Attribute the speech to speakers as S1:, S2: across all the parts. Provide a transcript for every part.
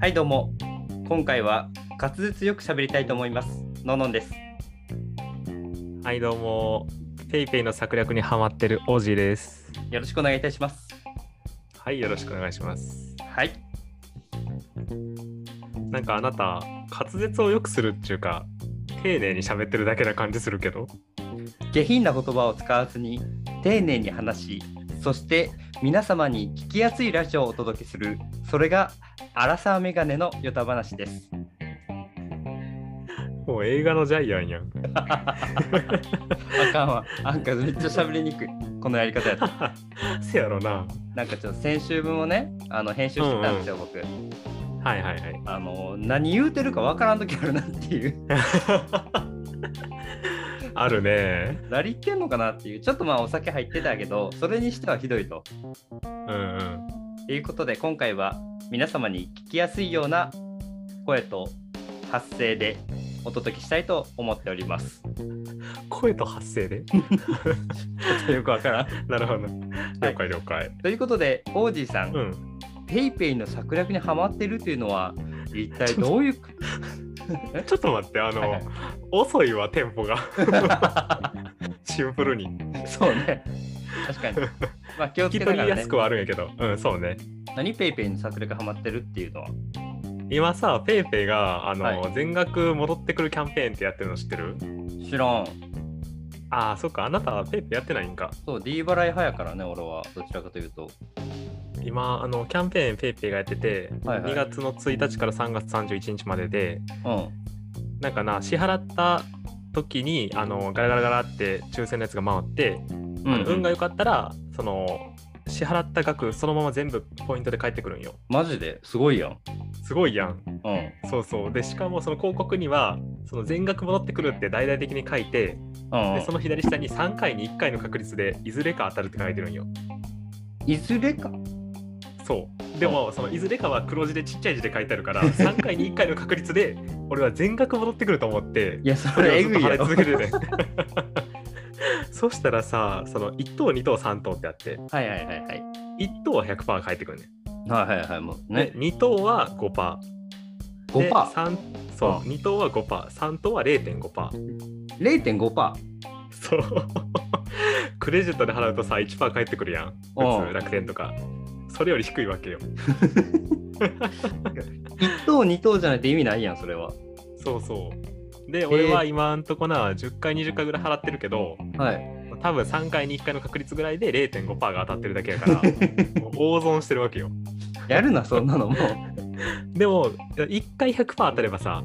S1: はいどうも今回は滑舌よく喋りたいと思いますのんのんです
S2: はいどうもペイペイの策略にハマってるオジです
S1: よろしくお願いいたします
S2: はいよろしくお願いします
S1: はい
S2: なんかあなた滑舌を良くするっていうか丁寧に喋ってるだけな感じするけど
S1: 下品な言葉を使わずに丁寧に話しそして皆様に聞きやすいラジオをお届けするそれがアラサーメガネのヨタ話です
S2: もう映画のジャイアンやん
S1: あかんわなんかめっちゃ喋りにくいこのやり方やと
S2: せやろな
S1: なんかちょっと先週分をねあの編集してたんですよ、僕
S2: はいはいはい
S1: あの何言うてるかわからん時あるなっていう
S2: あるね
S1: ラリってんのかなっていうちょっとまあお酒入ってたけどそれにしてはひどいと。
S2: うんうん
S1: ということで今回は皆様に聞きやすいような声と発声でお届けしたいと思っており ます。
S2: 声と発声で
S1: ちょっとよくわからん。
S2: なるほど了解了解、
S1: ということでオージーさん、
S2: うん
S1: ペイペイの策略にはまってるというのは一体どういう
S2: ちょっと待ってあの、
S1: はいはい
S2: 遅いわテンポがシンプルに
S1: そうね確 かに。まあ気を
S2: 聞
S1: つ
S2: き
S1: けな
S2: 取
S1: が
S2: り
S1: ら
S2: や
S1: ね
S2: すく。はあるんやけどうんそうね
S1: 何ペイペイの策略はまってるっていうのは。
S2: 今さペイペイがあの、
S1: はい
S2: 全額戻ってくるキャンペーンってやってるの知ってる
S1: 知らん。
S2: ああそっかあなたはペイペイやってないんか
S1: そう、D 払い派やからね、俺は。どちらかというと。
S2: 今あのキャンペーンペイペイがやってて、
S1: はいはい
S2: 2月の1日から3月31日までで
S1: うん。
S2: なんかな支払った時にあのガラガラガラって抽選のやつが回って、
S1: う
S2: あの運が
S1: ん、
S2: 良かったらその支払った額そのまま全部ポイントで返ってくるんよ
S1: マジですごいやん。
S2: すごいやん
S1: うん。
S2: そうそうでしかもその広告にはその全額戻ってくるって大々的に書いて
S1: うんう
S2: で
S1: ん
S2: その左下に3回に1回の確率でいずれか当たるって書いてるんよ。
S1: いずれか。
S2: そうでもそのいずれかは黒字でちっちゃい字で書いてあるから3回に1回の確率で俺は全額戻ってくると思って
S1: いや、そ
S2: そ
S1: れ
S2: れ
S1: え
S2: をず
S1: ぐ
S2: っと
S1: いや
S2: 払い
S1: ろ。
S2: 続けてね。 そしたらさその1等2等3等ってあって
S1: はいはいはいはい。
S2: 1等は100%返ってくるね
S1: はいはいはい、もう
S2: ね
S1: ね。
S2: 2等は 5%,
S1: 5%
S2: で
S1: パ
S2: 三そう
S1: うん
S2: 2等は 5%3 等は0.5%
S1: ー。0.5%パ
S2: そうクレジットで払うとさ1%返ってくるやん
S1: うん
S2: 普通楽天とかそれより低いわけよ
S1: ー。1等、2等じゃないと意味ないやん、それは。
S2: そうそう。で、俺は今んとこな、10回、20回ぐらい払ってるけど、
S1: はい。
S2: 多分3回に1回の確率ぐらいで0.5%が当たってるだけやから、もう大損してるわけよ。
S1: やるな、そんなのもう。
S2: でも、1回100%当たればさ、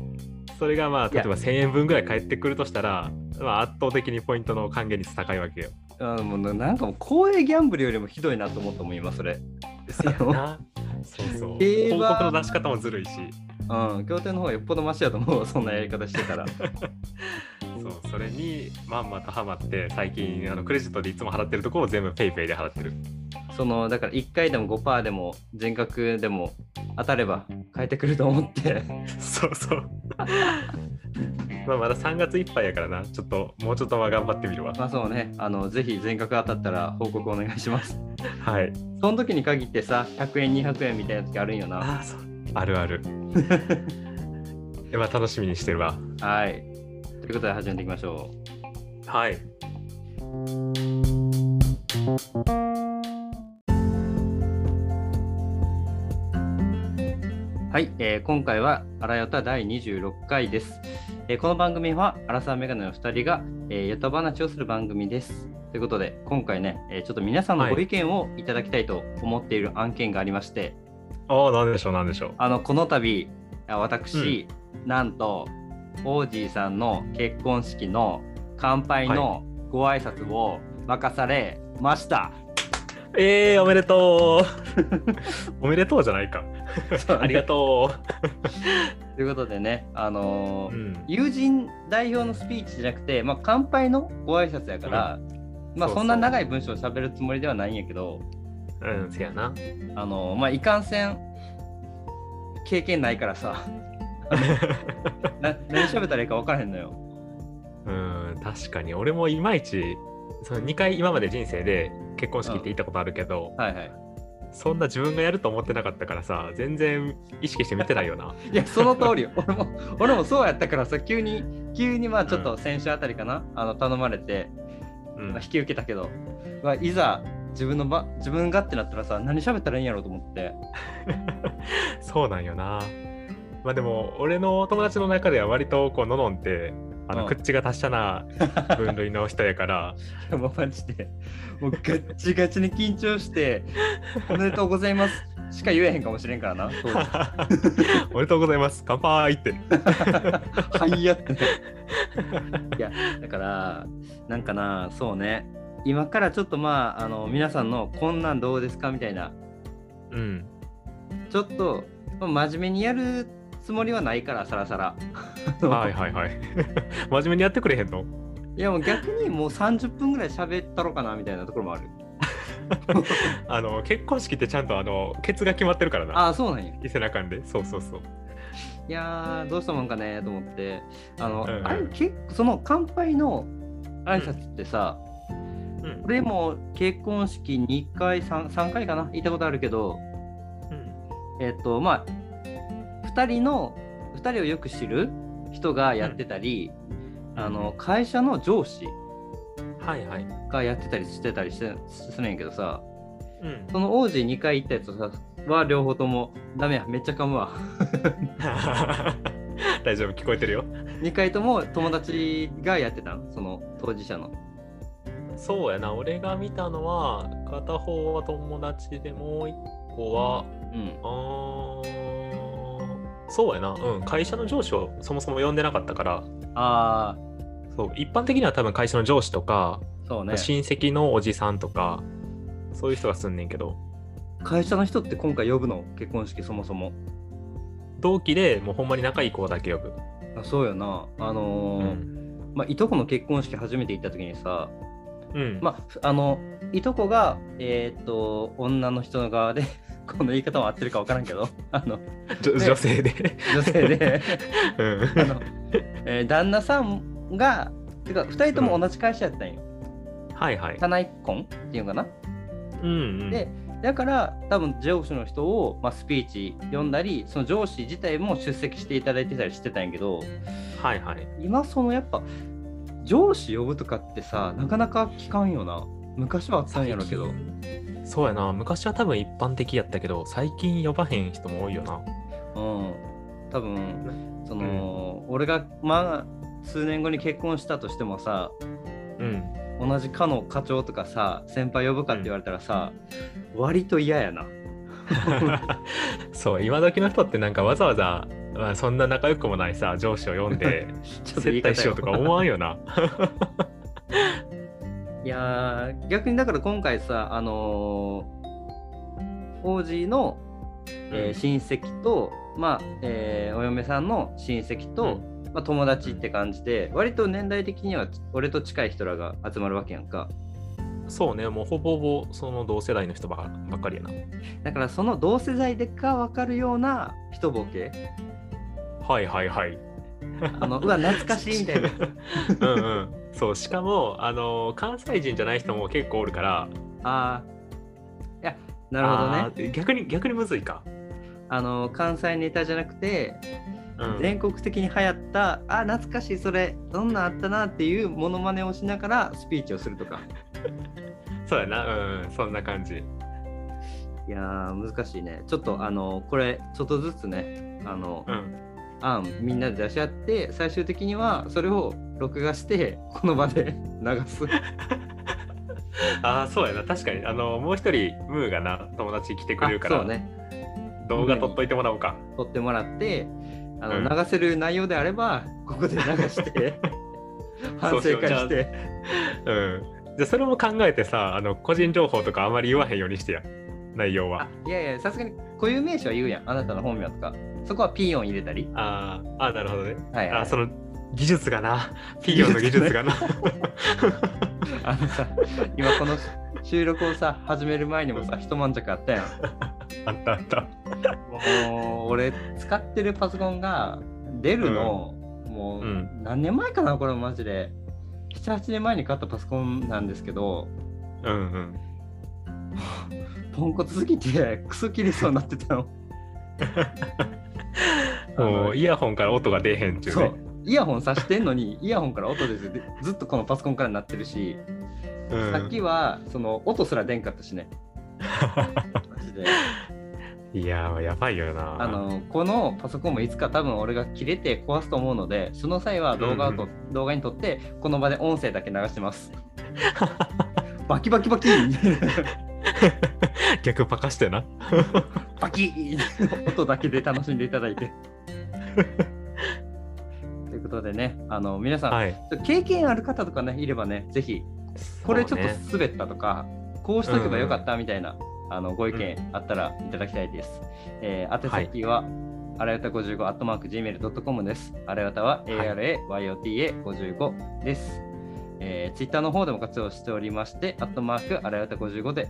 S2: それがまあ、
S1: いや
S2: 例えば1000円分ぐらい返ってくるとしたら、まあ、圧倒的にポイントの還元率高いわけよ。
S1: あのもうななんかもう公営ギャンブルよりもひどいなと思ったもん、今それ。
S2: そうやな。 そうそう。
S1: 競
S2: 広
S1: 馬
S2: 告の出し方もずるいし、
S1: うん、協定の方がよっぽどマシやと思うわ、 そんなやり方してたら。
S2: そう、それにまんまとハマって、最近、あのクレジットでいつも払ってるところを全部 PayPay ペイペイで払ってる。
S1: その、だから1回でも5%パーでも全額でも当たれば変えてくると思って。
S2: そうそう。まあまだ3月いっぱいやからな、ちょっともうちょっとは頑張ってみるわ。
S1: まあそうね、あのぜひ全額当たったら報告お願いします。
S2: はい。
S1: その時に限ってさ、100円、200円みたいな時あるんよな。
S2: あそう。あるあ る。えまあ楽しみにしてるわ。
S1: はい。ということで始めていきましょう。
S2: はい。
S1: はい、えー今回は「あらよた」第26回です、えーこの番組はアラサーメガネの2人が、えー、ヨタ話をする番組です。ということで今回ね、えーちょっと皆さんのご意見をいただきたいと思っている案件がありまして、
S2: ああ、なんでしょう、なんでしょう。
S1: あのこの度あ私、なんとオージーさんの結婚式の乾杯のご挨拶を任されました。
S2: えー、おめでと う。おめでとうじゃないか。ありがと
S1: ということでね、あの
S2: う。
S1: ー
S2: うん。
S1: 友人代表のスピーチじゃなくて、まあ、乾杯のご挨拶やから、まあ、
S2: そうそう
S1: そんな長い文章を喋るつもりではないんやけど、
S2: うん、せやな。
S1: あのーまあ、いかんせん経験ないから さな何喋ったらいいか分からへんのよ。
S2: うん、確かに。俺もいまいち、その2回今まで人生で結婚式って行ったことあるけど、
S1: はいはい。
S2: そんな自分がやると思ってなかったからさ全然意識して見てないよな
S1: いやその 通りよ俺も俺もそうやったからさ急に急にまあちょっと先週あたりかな、あの頼まれて、
S2: うん
S1: まあ、引き受けたけど、まあ、いざ自分のば自分がってなったらさ何喋ったらいいんやろうと思って
S2: そうなんよな。まあでも俺の友達の中では割とこうののんってあの
S1: うん
S2: 口が達 者な分類の人やから
S1: もうマジでもうガッチガチに緊張して「おめでとうございます」しか言えへんかもしれんからな当時
S2: おめでとうございます乾杯って
S1: はいやってねいやだからなんかなそうね今からちょっとまああの皆さんのこんなんどうですかみたいな
S2: うん
S1: ちょっとまあ真面目にやるつもりはないからさらさら
S2: はいはいはい 真面目にやってくれへんの
S1: いやもう逆にもう30分ぐらい喋ったろかなみたいなところもある
S2: あの結婚式ってちゃんとあのケツが決まってるからな
S1: ああそうなんや
S2: 伊勢中んでそうそうそう
S1: いやーどうしたもんかねと思ってあの、
S2: うんうん
S1: あれ結構その乾杯の挨拶ってさ、
S2: うん
S1: 俺も結婚式2回 3, 3回かな行ったことあるけど
S2: うん
S1: えっ、とまあ2人の2人をよく知る人がやってたり、あの会社の上司
S2: はいはい
S1: がやってたりしてたりしてすねんけどさ
S2: うん
S1: その王子2回行ったやつさは両方ともダメやめっちゃ噛むわ
S2: 大丈夫聞こえてるよ
S1: 2回とも友達がやってたんその当事者の
S2: そうやな俺が見たのは片方は友達でもう一個は
S1: うん
S2: あーそうやな、うん、会社の上司をそもそも呼んでなかったから
S1: ああ
S2: そう一般的には多分会社の上司とか、
S1: そうね
S2: 親戚のおじさんとかそういう人がすんねんけど
S1: 会社の人って今回呼ぶの結婚式そもそも
S2: 同期でもうほんまに仲いい子だけ呼ぶ、
S1: あそうよなあ
S2: う
S1: のー
S2: ん
S1: まあ、いとこの結婚式初めて行った時にさ、
S2: うん
S1: まあふ、あのいとこが、えーっと女の人の側で この言い方も合ってるか分からんけど あの
S2: じょ
S1: ね
S2: 女性で、
S1: 女性 で
S2: う
S1: あ
S2: ん、
S1: の、えー旦那さんがてか2人とも同じ会社やったんよ、
S2: はいはい、
S1: 社内婚っていうのかな、
S2: うんうん、
S1: でだから多分上司の人を、まあ、スピーチ読んだりその上司自体も出席していただいてたりしてたんやけど
S2: はいはい
S1: 今そのやっぱ上司呼ぶとかってさなかなか聞かんよな昔はあったんやろうけど
S2: そうやな昔は多分一般的やったけど最近呼ばへん人も多いよな
S1: うん、多分その、俺がまあ数年後に結婚したとしてもさ
S2: うん
S1: 同じ課の課長とかさ先輩呼ぶかって言われたらさ、割と嫌やな
S2: そう今時の人ってなんかわざわざ、まあ、そんな仲良くもないさ上司を読んで
S1: ちょっと言
S2: 接
S1: い方
S2: 待しようとか思わんよな
S1: いやー逆にだから今回さあのー、王子の、 えー親戚と、まあえーお嫁さんの親戚と、まあ、友達って感じで割と年代的には俺と近い人らが集まるわけやんか
S2: そうねもうほぼほぼその同世代の人ばばっかりやな
S1: だからその同世代でか分かるような人ボケ
S2: はいはいはい
S1: あのうわ懐かしいみたいな
S2: うんうんそうしかもあの関西人じゃない人も結構おるから
S1: あーいやなるほどね
S2: ね逆に逆にむずいか、
S1: あの関西ネタじゃなくて
S2: うん
S1: 全国的に流行った、あ懐かしいそれどんなんあったなっていうモノマネをしながらスピーチをするとか
S2: そうやなうんうんそんな感じ
S1: いやー難しいねちょっとあのこれちょっとずつねあの、
S2: うん
S1: 案みんなで出し合って最終的にはそれを録画してこの場で流す
S2: ああそうやな確かにあのもう一人ムーがな友達来てくれるか
S1: あ
S2: ら、
S1: そうね
S2: 動画撮っといてもらおうか
S1: 撮ってもらってあの、
S2: うん
S1: 流せる内容であればここで流して 反省会
S2: そう
S1: し
S2: しよ
S1: て
S2: うん。じゃあそれも考えてさ、あの個人情報とかあまり言わへんようにしてや。内容
S1: あ
S2: は。
S1: いやいやさすがに固有名詞は言うやんあなたの本名とかそこはピーヨン入れたり
S2: あーあー、なるほどね。
S1: はい、はい、
S2: あーその技術がな、企業の技術がな。
S1: あのさ、今この収録をさ、始める前にもさ、一満足あったやん。
S2: あったあった。
S1: もう、俺、使ってるパソコンが、デルの、もう、
S2: うん
S1: 何年前かな、これマジで。7、8年前に買ったパソコンなんですけど、
S2: うんうん。
S1: ポンコツすぎてクソ切れそうになって たの。
S2: もうイヤホンから音が出へんっちゅう
S1: そ
S2: ね
S1: う。イヤホンさしてんのにイヤホンから音出てでずっとこのパソコンから鳴ってるし、
S2: うん
S1: さっきはその音すら出んかった しね。マジで
S2: いやーやばいよな
S1: あのこのパソコンもいつか多分俺が切れて壊すと思うのでその際は動画をと、
S2: うん
S1: 動画に撮ってこの場で音声だけ流してます バキバキバ キ
S2: 逆パカしてな
S1: バキ音だけで楽しんでいただ いてということでねあの皆さん、
S2: はい
S1: ちょっと経験ある方とかねいればねぜひこれちょっ
S2: そうね
S1: と滑ったとか、こうしとけばよかったみたいな、あのご意見あったらいただきたいです。えー、宛先は、あらよた55アットマーク Gmail.com です。あらよたは ARAYOTA55 です。えー、Twitter の方でも活用しておりまして、アットマークあらよた55で、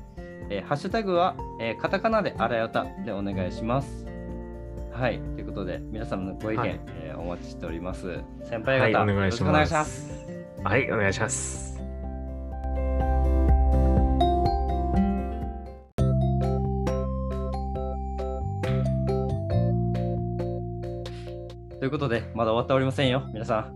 S1: えーハッシュタグは、えーカタカナであらよたでお願いします。はい、ということで、皆様のご意見、
S2: はい
S1: えーお待ちしております。先輩方、
S2: はいお願いし
S1: よろくお願いし
S2: ま
S1: ます。
S2: すはいお願いします
S1: ということで、まだ終わっておりませんよ、皆さ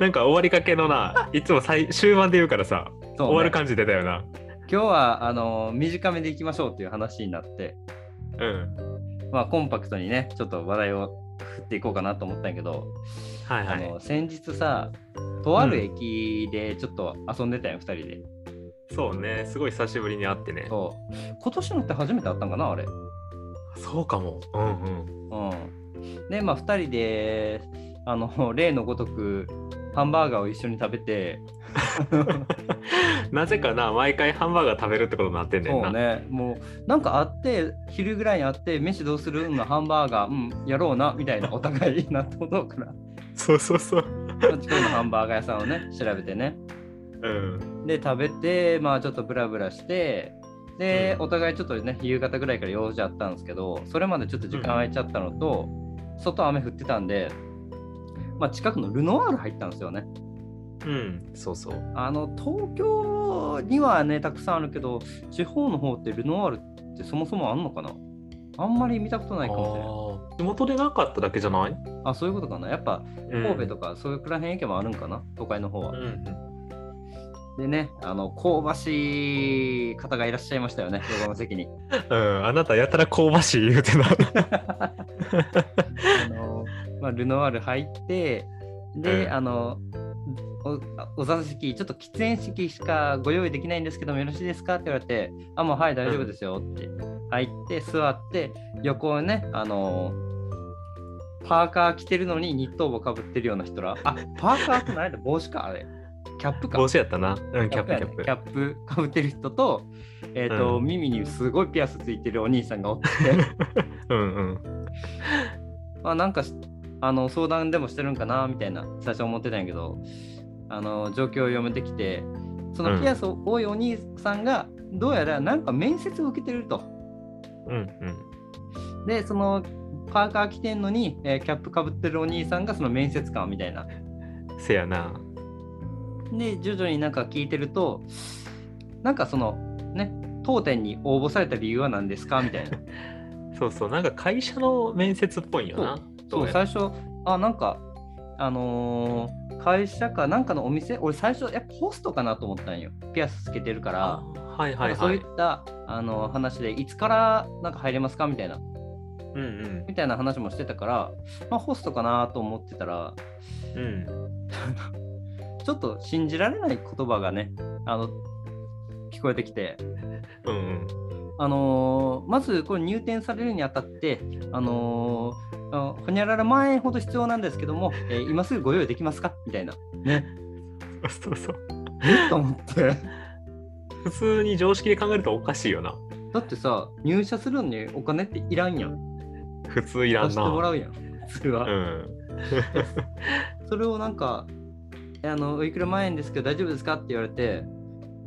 S1: ん。
S2: なんか終わりかけのな、いつも最終盤で言うからさ、
S1: そうね
S2: 終わる感じ出たよな。
S1: 今日はあの短めでいきましょうっていう話になって、
S2: うん。
S1: まあ、コンパクトにねちょっと話題を振っていこうかなと思ったんやけど、
S2: はいは
S1: あ
S2: い。
S1: の先日さとある駅でちょっと遊んでたよ、二2人で
S2: そうね、すごい久しぶりに会ってね。
S1: そう今年のって初めて会ったんかなあれ
S2: そうかも。うんうん。
S1: うんでまあ2人であの 例のごとくハンバーガーを一緒に食べて
S2: なぜかな、毎回ハンバーガー食べるってことになってんねん
S1: そ
S2: な。
S1: うねもうなんか会って昼ぐらいに会って飯どうするんのハンバーガーうんやろうなみたいなお互いになったことから
S2: そうそうそう。
S1: まあ近くのハンバーガー屋さんをね調べてね
S2: うん。
S1: で食べてまあちょっとブラブラしてで、
S2: うん
S1: お互いちょっとね夕方ぐらいから用事あったんですけどそれまでちょっと時間空いちゃったのと、外雨降ってたんで、まあ、近くのルノワール入ったんですよね
S2: うん。そうそう。
S1: あの東京にはねたくさんあるけど地方の方ってルノワールってそもそもあんのかなあんまり見たことないかもしれない
S2: あー地元でなかっただけじゃない
S1: あそういうことかなやっぱ神戸と
S2: か。
S1: かそういうくらへん駅もあるんかな都会の方は
S2: うんうん。
S1: でね、あの香ばしい方がいらっしゃいましたよね、横の席 に。
S2: うん。あなたやたら香ばしい言うてな。
S1: あのまあ、ルノワール入って、で、
S2: うん
S1: あのおお座席、ちょっと喫煙席しかご用意できないんですけども、よろしいですかって言われて、あ、もうはい、大丈夫ですよって入って、座って、横をね、あのパーカー着てるのにニット帽かぶってるような人ら、あパーカーって何だ、帽子か、あれ、キャップか。
S2: 帽子やったな。うん、キャップ
S1: や
S2: キ
S1: ね
S2: ャップ。
S1: キャップかぶってる人と,、えーと
S2: う
S1: 耳にすごいピアスついてるお兄さんがおっ て
S2: うんうん。
S1: まあなんかしあの相談でもしてるんかなみたいな最初思ってたんやけどあの状況を読めてきてそのピアス多いお兄さんがどうやらなんか面接を受けてると。
S2: うん
S1: でそのパーカー着てんのに、えーキャップかぶってるお兄さんがその面接官みたいな。
S2: うん。せやな。
S1: で徐々になんか聞いてるとなんかそのね当店に応募された理由は何ですかみたいな。
S2: そうそう。なんか会社の面接っぽいよな。
S1: そ
S2: ど
S1: う
S2: やら
S1: 最初あなんかあのー会社かなんかのお店俺最初やっぱホストかなと思ったんよピアスつけてるから
S2: はいは
S1: な
S2: い
S1: んかそ
S2: は
S1: う
S2: い
S1: いったあの話でいつからなんか入れますかみたいな
S2: うんうん
S1: みたいな話もしてたから、まあ、ホストかなと思ってたら
S2: うん
S1: ちょっと信じられない言葉がねあの聞こえてきて、
S2: うん
S1: あのーまずこれ入店されるにあたって、あのーあのほにゃらら前ほど必要なんですけども、えー今すぐご用意できますかみたいな
S2: うんそうそう
S1: えっ と思って。
S2: 普通に常識で考えるとおかしいよな
S1: だってさ、入社するのにお金っていらんやん。
S2: 普通いら
S1: 出
S2: ん
S1: して
S2: な
S1: もらうやん。それは。
S2: うん
S1: それをなんか、えあの、おいくら万円ですけど大丈夫ですかって言われて、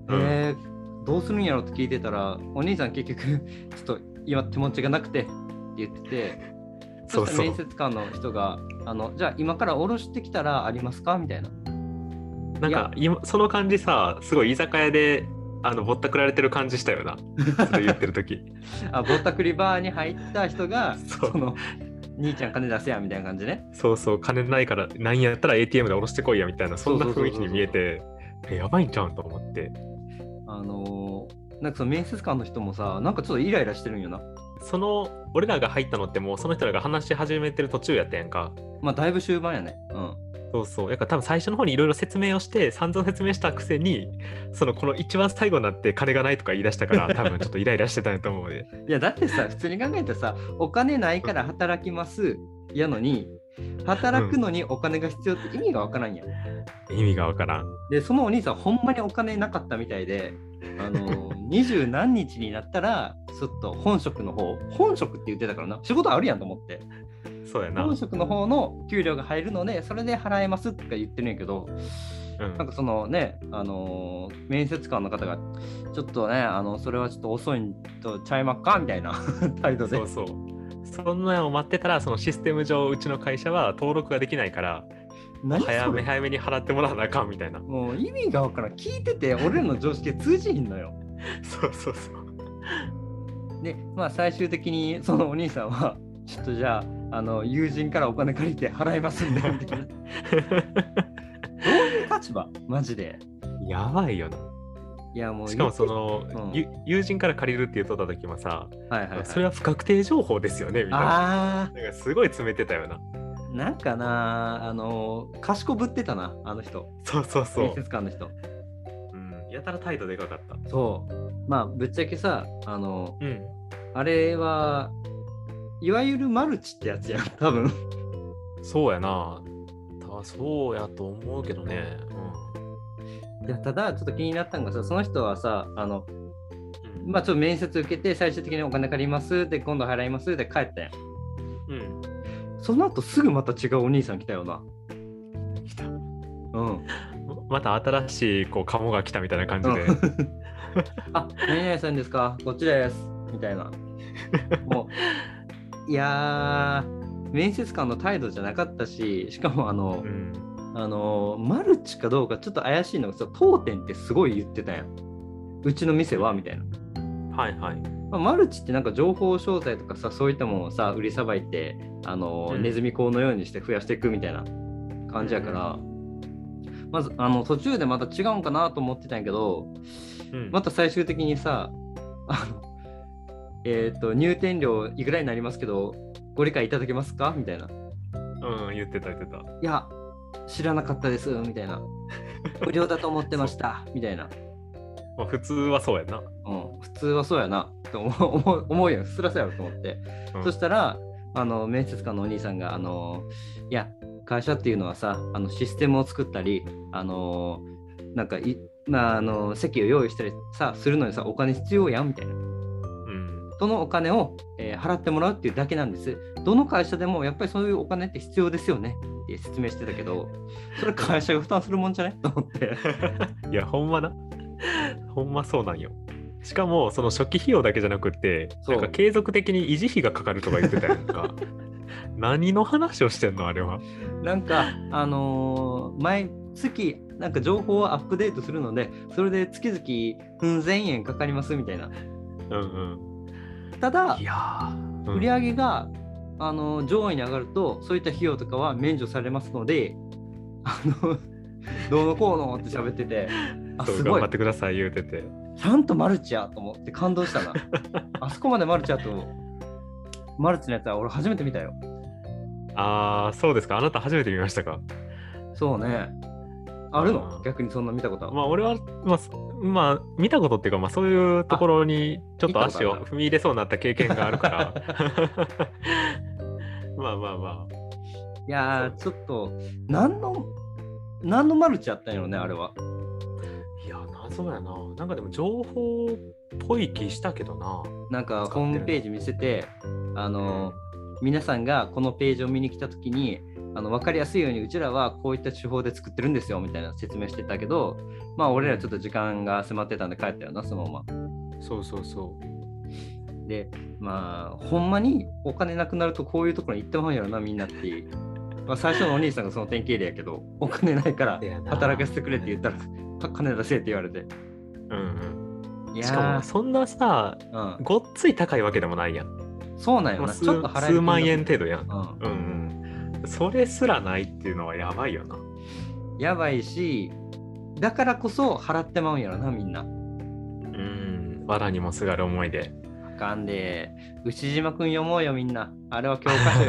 S2: うん
S1: えー、どうするんやろって聞いてたら、お兄さん結局、 ちょっと今手持ちがなくてって言ってて、そ
S2: そ
S1: うした
S2: そ
S1: ら
S2: う
S1: 面接官の人が、あのじゃあ今から降ろしてきたらありますかみたいな。
S2: なんか今その感じさすごい居酒屋であのぼったくられてる感じしたよなそれ言って る時
S1: あぼったくりバーに入った人が
S2: そ
S1: そうの兄ちゃん金出せやみたいな感じね
S2: そうそう金ないからなんやったら ATM で下ろしてこいやみたいなそんな雰囲気に見えてえやばいんちゃうんと思って
S1: あのーなんかその面接官の人もさなんかちょっとイライラしてるんよな
S2: その俺らが入ったのってもうその人らが話し始めてる途中やったやんか
S1: まあだいぶ終盤やねうん
S2: そうそうやから多分最初の方にいろいろ説明をして散々説明したくせにそのこの一番最後になって金がないとか言い出したから多分ちょっとイライラしてたんやと思うで
S1: いやだってさ普通に考えたらさお金ないから働きますやのに働くのにお金が必要って意味がわからんやん
S2: 意味がわからん
S1: でそのお兄さんほんまにお金なかったみたいであの二十何日になったらちょっと本職の方本職って言ってたからな仕事あるやんと思って
S2: そうやな、う
S1: 本
S2: ん、
S1: 職の方の給料が入るのでそれで払えますとか言ってるんやけどなんかそのねあのー面接官の方がちょっとねあのそれはちょっと遅いんとちゃいまっかみたいな 態度で
S2: そうそうそんなのを待ってたらそのシステム上うちの会社は登録ができないから
S1: 何それ
S2: 早め早めに払ってもらわなあかんみたいな
S1: もう意味がわからん聞いてて俺らの常識が通じひんのよ
S2: そうそうそう
S1: でまあ最終的にそのお兄さんはちょっとじゃああの友人からお金借りて払いますんでみたいなどういう立場マジで
S2: やばいよない
S1: やもう
S2: しかもその、
S1: うん
S2: ゆ友人から借りるって言っとった時もさ、
S1: はいはい、はい、
S2: それは不確定情報ですよねみたいな
S1: あ
S2: なんかすごい詰めてたよな
S1: ーなんかなあの賢ぶってたなあの人
S2: そうそうそ
S1: 面
S2: う、
S1: 接官の人
S2: うん、やたら態度でかかった
S1: そうまあぶっちゃけさあの
S2: うん
S1: あれはいわゆるマルチってやつやん 多分
S2: そうやなたそうやと思うけどね
S1: いやただちょっと気になったのがさその人はさあの
S2: うん、
S1: まあ、ちょっと面接受けて最終的にお金借りますで今度払いますで帰ったやん
S2: うん
S1: その後すぐまた違うお兄さん来たよな
S2: 来た
S1: うん
S2: また新しいこうカモが来たみたいな感じで、
S1: う あ何々さんですかこっちですみたいなも ういやー面接官の態度じゃなかったししかもあの、
S2: うん、
S1: あのマルチかどうかちょっと怪しいのがさ当店ってすごい言ってたやんうちの店はみたいな、
S2: はいはい
S1: まあ、マルチってなんか情報商材とかさそういったものをさ売りさばいてあの、
S2: うん
S1: ネズミ講のようにして増やしていくみたいな感じやから、まずあの途中でまた違うんかなと思ってたんやけど
S2: うん
S1: また最終的にさあのえっ、と入店料いくらになりますけどご理解いただけますかみたいな
S2: うん、言ってた言ってた
S1: いや知らなかったですみたいな無料だと思ってま したみたいな、
S2: まあ、普通はそうやんな、
S1: うん、普通はそうやなと思う思う思うよすらそうやろと思って、
S2: うん
S1: そしたらあの面接官のお兄さんがあのいや会社っていうのはさあのシステムを作ったりあのなんかいまあ、あの席を用意したりさするのにさお金必要やんみたいな
S2: うん、
S1: そのお金を、えー払ってもらうっていうだけなんです。どの会社でもやっぱりそういうお金って必要ですよねって説明してたけど、それ会社が負担するもんじゃないと思 って。
S2: いやほんまな ほんまそうなんよしかもその初期費用だけじゃなくって
S1: そ
S2: な
S1: うん
S2: か継続的に維持費がかかるとか言ってたやん か何の話をしてんのあれは
S1: なんか、あのー毎月、なんか情報をアップデートするので、それで月々、うん、1000円かかりますみたいな。
S2: うんうん
S1: ただ
S2: い、やー、うん
S1: 売り上げが、あのー上位に上がると、そういった費用とかは免除されますので、あの、どうのこうのって喋ってて、あ、
S2: そう
S1: すご
S2: 頑
S1: い
S2: 張っ。てください言うてて
S1: ちゃんとマルチやと思って感動した な。あそこまでマルチやと思う。マルチのやつは俺初めて見たよ。
S2: ああそうですかあなた初めて見ましたか
S1: そうね。あるの
S2: うん
S1: 逆にそんな見たことは。
S2: まあ俺はまあそまあ見たことっていうかまあそういうところにちょっと足
S1: 見たことあ
S2: を
S1: る
S2: 踏み入れそうになった経験があるから まあまあまあ
S1: いやー、ちょっと、何の、何のマルチやったんやろね、あれは。
S2: いや謎やななんかでも情報っぽい気したけどな
S1: なんか
S2: 使って
S1: ホ
S2: る
S1: ー
S2: ね
S1: ムページ見せて、あの、皆さんがこのページを見に来た時にあの分かりやすいようにうちらはこういった手法で作ってるんですよみたいな説明してたけどまあ俺らちょっと時間が迫ってたんで帰ったよなそのまま
S2: そうそうそ
S1: でまあほんまにお金なくなるとこういうところに行ってまうんやろなみんなっていう、まあ、最初のお兄さんがその典型例やけどお金ないから
S2: せやな
S1: 働かせてくれって言ったらか金出せって言われて
S2: ううん
S1: いやー
S2: しかもそんなさ
S1: うん、
S2: ごっつい高いわけでもないやん、
S1: そうなんよ
S2: まあ
S1: な、
S2: 数
S1: ちょっと払える
S2: 数万円
S1: 金
S2: 程度やん
S1: 額うん
S2: うんうんそれすらないっていうのはやばいよな
S1: やばいしだからこそ払ってまうんやろなみんな
S2: うん藁にもすがる思いで
S1: あかんで牛島くん読もうよみんなあれは教科書よ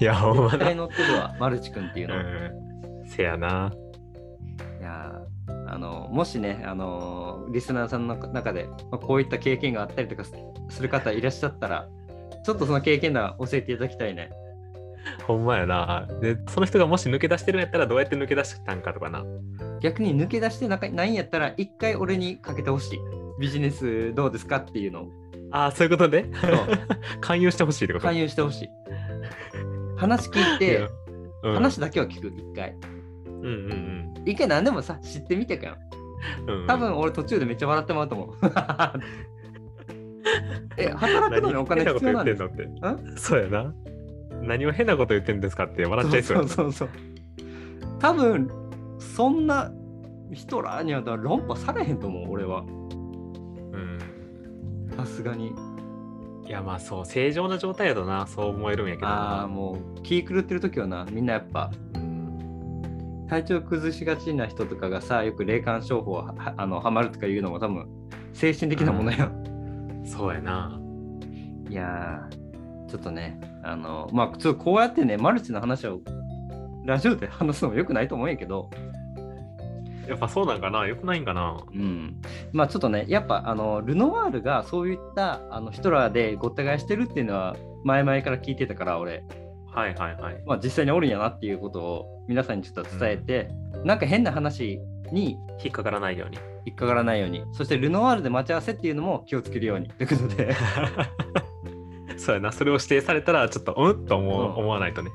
S2: いやほん ま
S1: 絶
S2: だ
S1: 対載ってるわマルチくんっていうの、
S2: うんせやない
S1: やーあのもしね、あのーリスナーさんの中で、まあ、こういった経験があったりとかすする方いらっしゃったらちょっとその経験談教えていただきたいね
S2: ほんまやなでその人がもし抜け出してるんやったらどうやって抜け出したんかとかな
S1: 逆に抜け出してなかないんやったら一回俺にかけてほしいビジネスどうですかっていうのを
S2: ああそういうことね
S1: そう
S2: 勧誘してほしいってこと
S1: 勧誘してほしい話聞い
S2: い
S1: て
S2: やうん
S1: 話だけは聞く一回
S2: うんうん
S1: 一回何でもさ知ってみてかよ
S2: うんうん
S1: 多分俺途中でめっちゃ笑ってもらうと思う え働くのにお金
S2: 何
S1: 必要なんです
S2: 変なこと言ってんのってそうやな何を変なこと言ってんですかって笑っちゃい
S1: そ
S2: そうや
S1: う
S2: な
S1: そうそう多分そんな人らにはだ論破されへんと思う俺は
S2: うん
S1: さすがに
S2: いやまあそう正常な状態やとなそう思えるんやけど
S1: ああ
S2: な
S1: もう気狂ってる時はなみんなやっぱ
S2: うん
S1: 体調崩しがちな人とかがさよく霊感商法ははあのハマるとか言うのも多分精神的なものよ、
S2: そうやない
S1: やーちょっとねあのまあちょっとこうやってねマルチの話をラジオで話すのもよくないと思うんやけど、
S2: やっぱそうなんかなよくないんかな
S1: うん、まあちょっとねやっぱあのルノワールがそういったあのヒトラーでごった返してるっていうのは前々から聞いてたから俺、
S2: はいはいはい
S1: まあ、実際におるんやなっていうことを皆さんにちょっと伝えて、なんか変な話に
S2: 引っかからないように
S1: 引っかからないようにそしてルノワールで待ち合わせっていうのも気をつけるようにということで
S2: そうやなそれを指定されたらちょっとうんと思
S1: う
S2: う、
S1: ん
S2: 思わないとね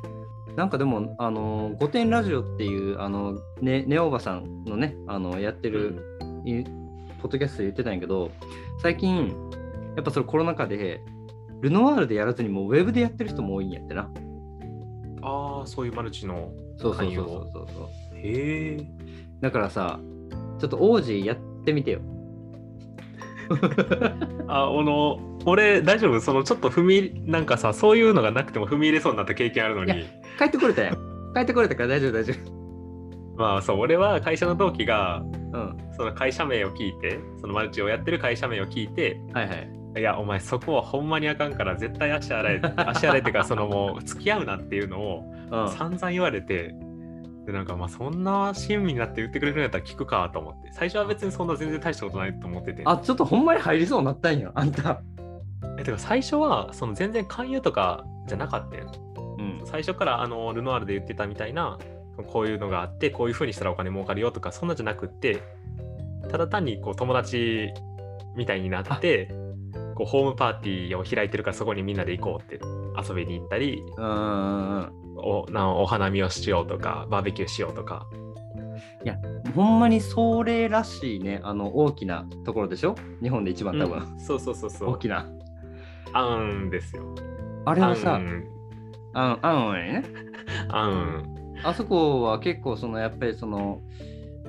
S1: なんかでもあの「御殿ラジオ」っていうあのねねおばさんのねあのやってる、いポッドキャストで言ってたんやけど最近やっぱそれコロナ禍でルノワールでやらずにもうウェブでやってる人も多いんやってな
S2: ああそういうマルチの
S1: そうそう
S2: 勧誘
S1: そう
S2: を
S1: そうそうそう
S2: へえ
S1: だからさちょっと王子やってみてよ
S2: ああの俺大丈夫そのちょっと踏みなんかさそういうのがなくても踏み入れそうになった経験あるの
S1: い
S2: に
S1: 帰ってこれた やん帰ってこれたから大丈夫大丈
S2: まあそう俺は会社の同期が
S1: 夫うん
S2: その会社名を聞いてそのマルチをやってる会社名を聞いて
S1: はいはい
S2: いやお前そこはほんまにあかんから絶対足洗え足洗えっていうかそのもう付き合うなっていうのを
S1: うん
S2: 散々言われて、でなんかまあそんな親身になって言ってくれるんやったら聞くかと思って最初は別にそんな全然大したことないと思ってて
S1: あちょっとほんまに入りそうになったんやあんた
S2: えてか最初はその全然勧誘とかじゃなかったよ
S1: うん
S2: 最初からあのルノワールで言ってたみたいなこういうのがあってこういうふうにしたらお金儲かるよとかそんなんじゃなくってただ単にこう友達みたいになってこうホームパーティーを開いてるからそこにみんなで行こうって遊びに行ったり
S1: うんうんうん
S2: おなお花見をしようとかバーベキューしようとか
S1: ほんまにそれらしいね、あの大きなところでしょ日本で一番多分、
S2: うんそうそうそうそ
S1: 大
S2: う
S1: きな。
S2: あんですよ
S1: あれ
S2: あ
S1: は
S2: ん
S1: さ、あん、あんね。
S2: あん
S1: あそこは結構そのやっぱりその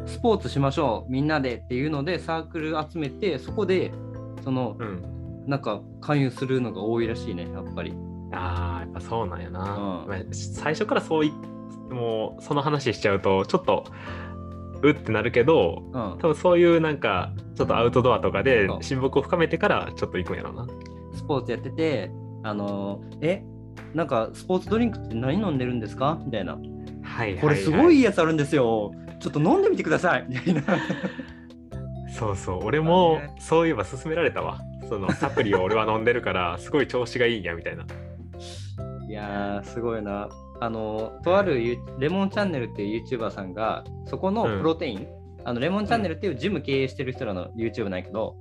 S1: スポーツしましょうみんなでっていうのでサークル集めてそこでその
S2: うん
S1: なんか勧誘するのが多いらしいねやっぱり。
S2: あーやっぱそうなんやな、
S1: うん
S2: まあ最初からそういもうその話しちゃうとちょっとうってなるけど
S1: うん
S2: 多、分そういうなんかちょっとアウトドアとかで
S1: そう
S2: 親睦を深めてからちょっと行くんやろうな
S1: スポーツやっててあのえなんかスポーツドリンクって何飲んでるんですかみたいな。
S2: はい
S1: これすごいやつあるんですよ。ちょっと飲んでみてくださいみたいな。
S2: そうそう俺もそういえば勧められたわそのサプリを俺は飲んでるか らすごい調子がいいんやみたいない
S1: やーすごいな。あのとあるユーレモンチャンネルっていう YouTuber さんがそこの
S2: うん
S1: プロテイン、あのレモンチャンネルっていうジム経営してる人らの YouTube なんやけど、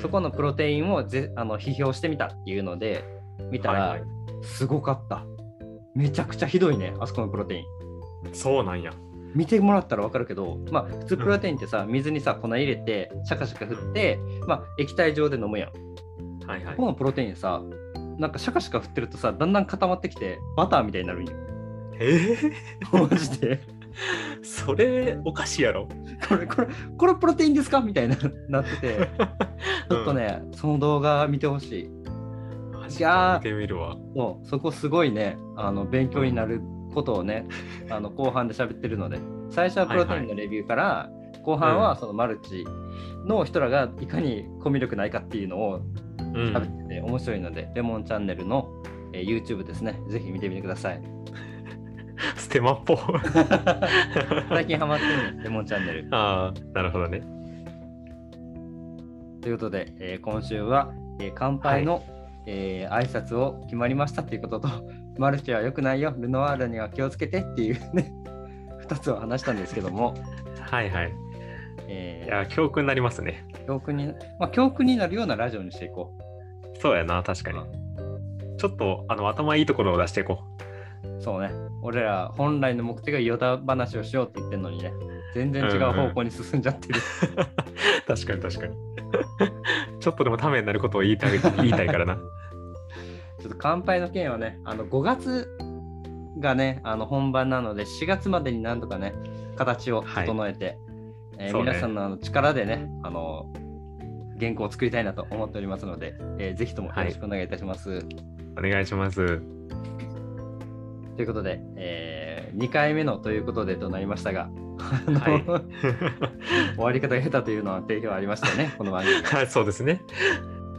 S1: そこ
S2: の
S1: のプロテインをぜあの批評してみたっていうので見たら、
S2: はいは
S1: すごかっためちゃくちゃひどいねあそこのプロテイン
S2: い、そうなんや
S1: 見てもらったら分かるけどまあ普通プロテインってさ、水にさ粉入れてシャカシャカ振って、まあ液体状で飲むやん
S2: はいはい
S1: このプロテインさなんかシャカシャカ振ってるとさだんだん固まってきてバターみたいになるんよ
S2: え ー
S1: マジで
S2: それおかしいやろ。
S1: これこれこれプロテインですかみたいななってて ちょっとね、その動画見てほしい
S2: マジ
S1: い
S2: か
S1: やー
S2: 見てみるわ。
S1: そうそこすごいねあの勉強になることをね、あの後半で喋ってるので最初はプロテインのレビューから、後半はそのマルチの人らがいかにコミュ力ないかっていうのを
S2: うん
S1: 喋ってて面白いので、レモンチャンネルの、えー YouTube ですねぜひ見てみてください
S2: ステマっぽい。
S1: 最近ハマってるねレモンチャンネル
S2: ああ、なるほどね。
S1: ということで、えー今週は、えー乾杯の、えー挨拶を決まりましたっていうこと と、マルチは良くないよ、ルノワールには気をつけてっていうね、2つを話したんですけども、
S2: はいはい。い
S1: えー
S2: や、教訓になりますね。
S1: 教訓に、まあ、教訓になるようなラジオにしていこ
S2: そうやな、確かに。ちょっとあの頭いいところを出していこ
S1: う。そうね、俺ら本来の目的はヨダ話をしようって言ってるのにね、全然違う方向に進んじゃってる。
S2: う。確かに確かに。 ちょっとでもためになることを言いたい言いたいからな。
S1: ちょっと乾杯の件はね、あの5月がね、あの本番なので、4月までになんとかね、形を整えて、えー
S2: そうね
S1: 皆さんのあの力でね、あの原稿を作りたいなと思っておりますので、えーぜひともよろしくお願いいたします。
S2: お願いします。
S1: ということで、え2回目のということでとなりましたが、あの
S2: は
S1: 終わり方が下手というのは定評ありました ね、この番組。
S2: はい、そうですね。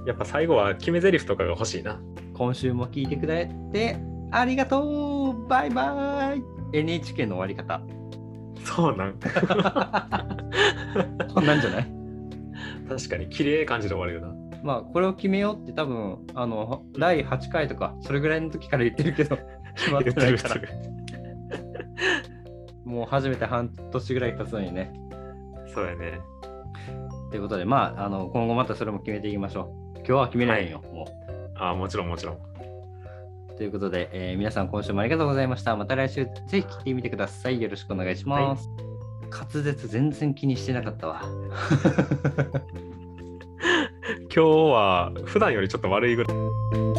S2: やっぱ最後は決め台詞とかが欲しいな。
S1: 今週も聞いてくれてありがとうバイバイ !NHK の終わり方。
S2: そうなん。
S1: こんなんじゃない
S2: 確かに綺麗い感じで終わるよな。
S1: まあこれを決めようって多分あの第8回とかそれぐらいの時から言ってるけ ど決まってないからもう初めて半年ぐらい経つのにね
S2: そうやね。
S1: ということでまああの今後またそれも決めていきましょう今日は決めないよ、も
S2: ああ、もちろんもちろん。
S1: うということで、えー皆さん今週もありがとうございましたまた来週ぜひ聞いてみてくださいよろしくお願いします、滑舌全然気にしてなかったわ
S2: 今日は普段よりちょっと悪いぐらい。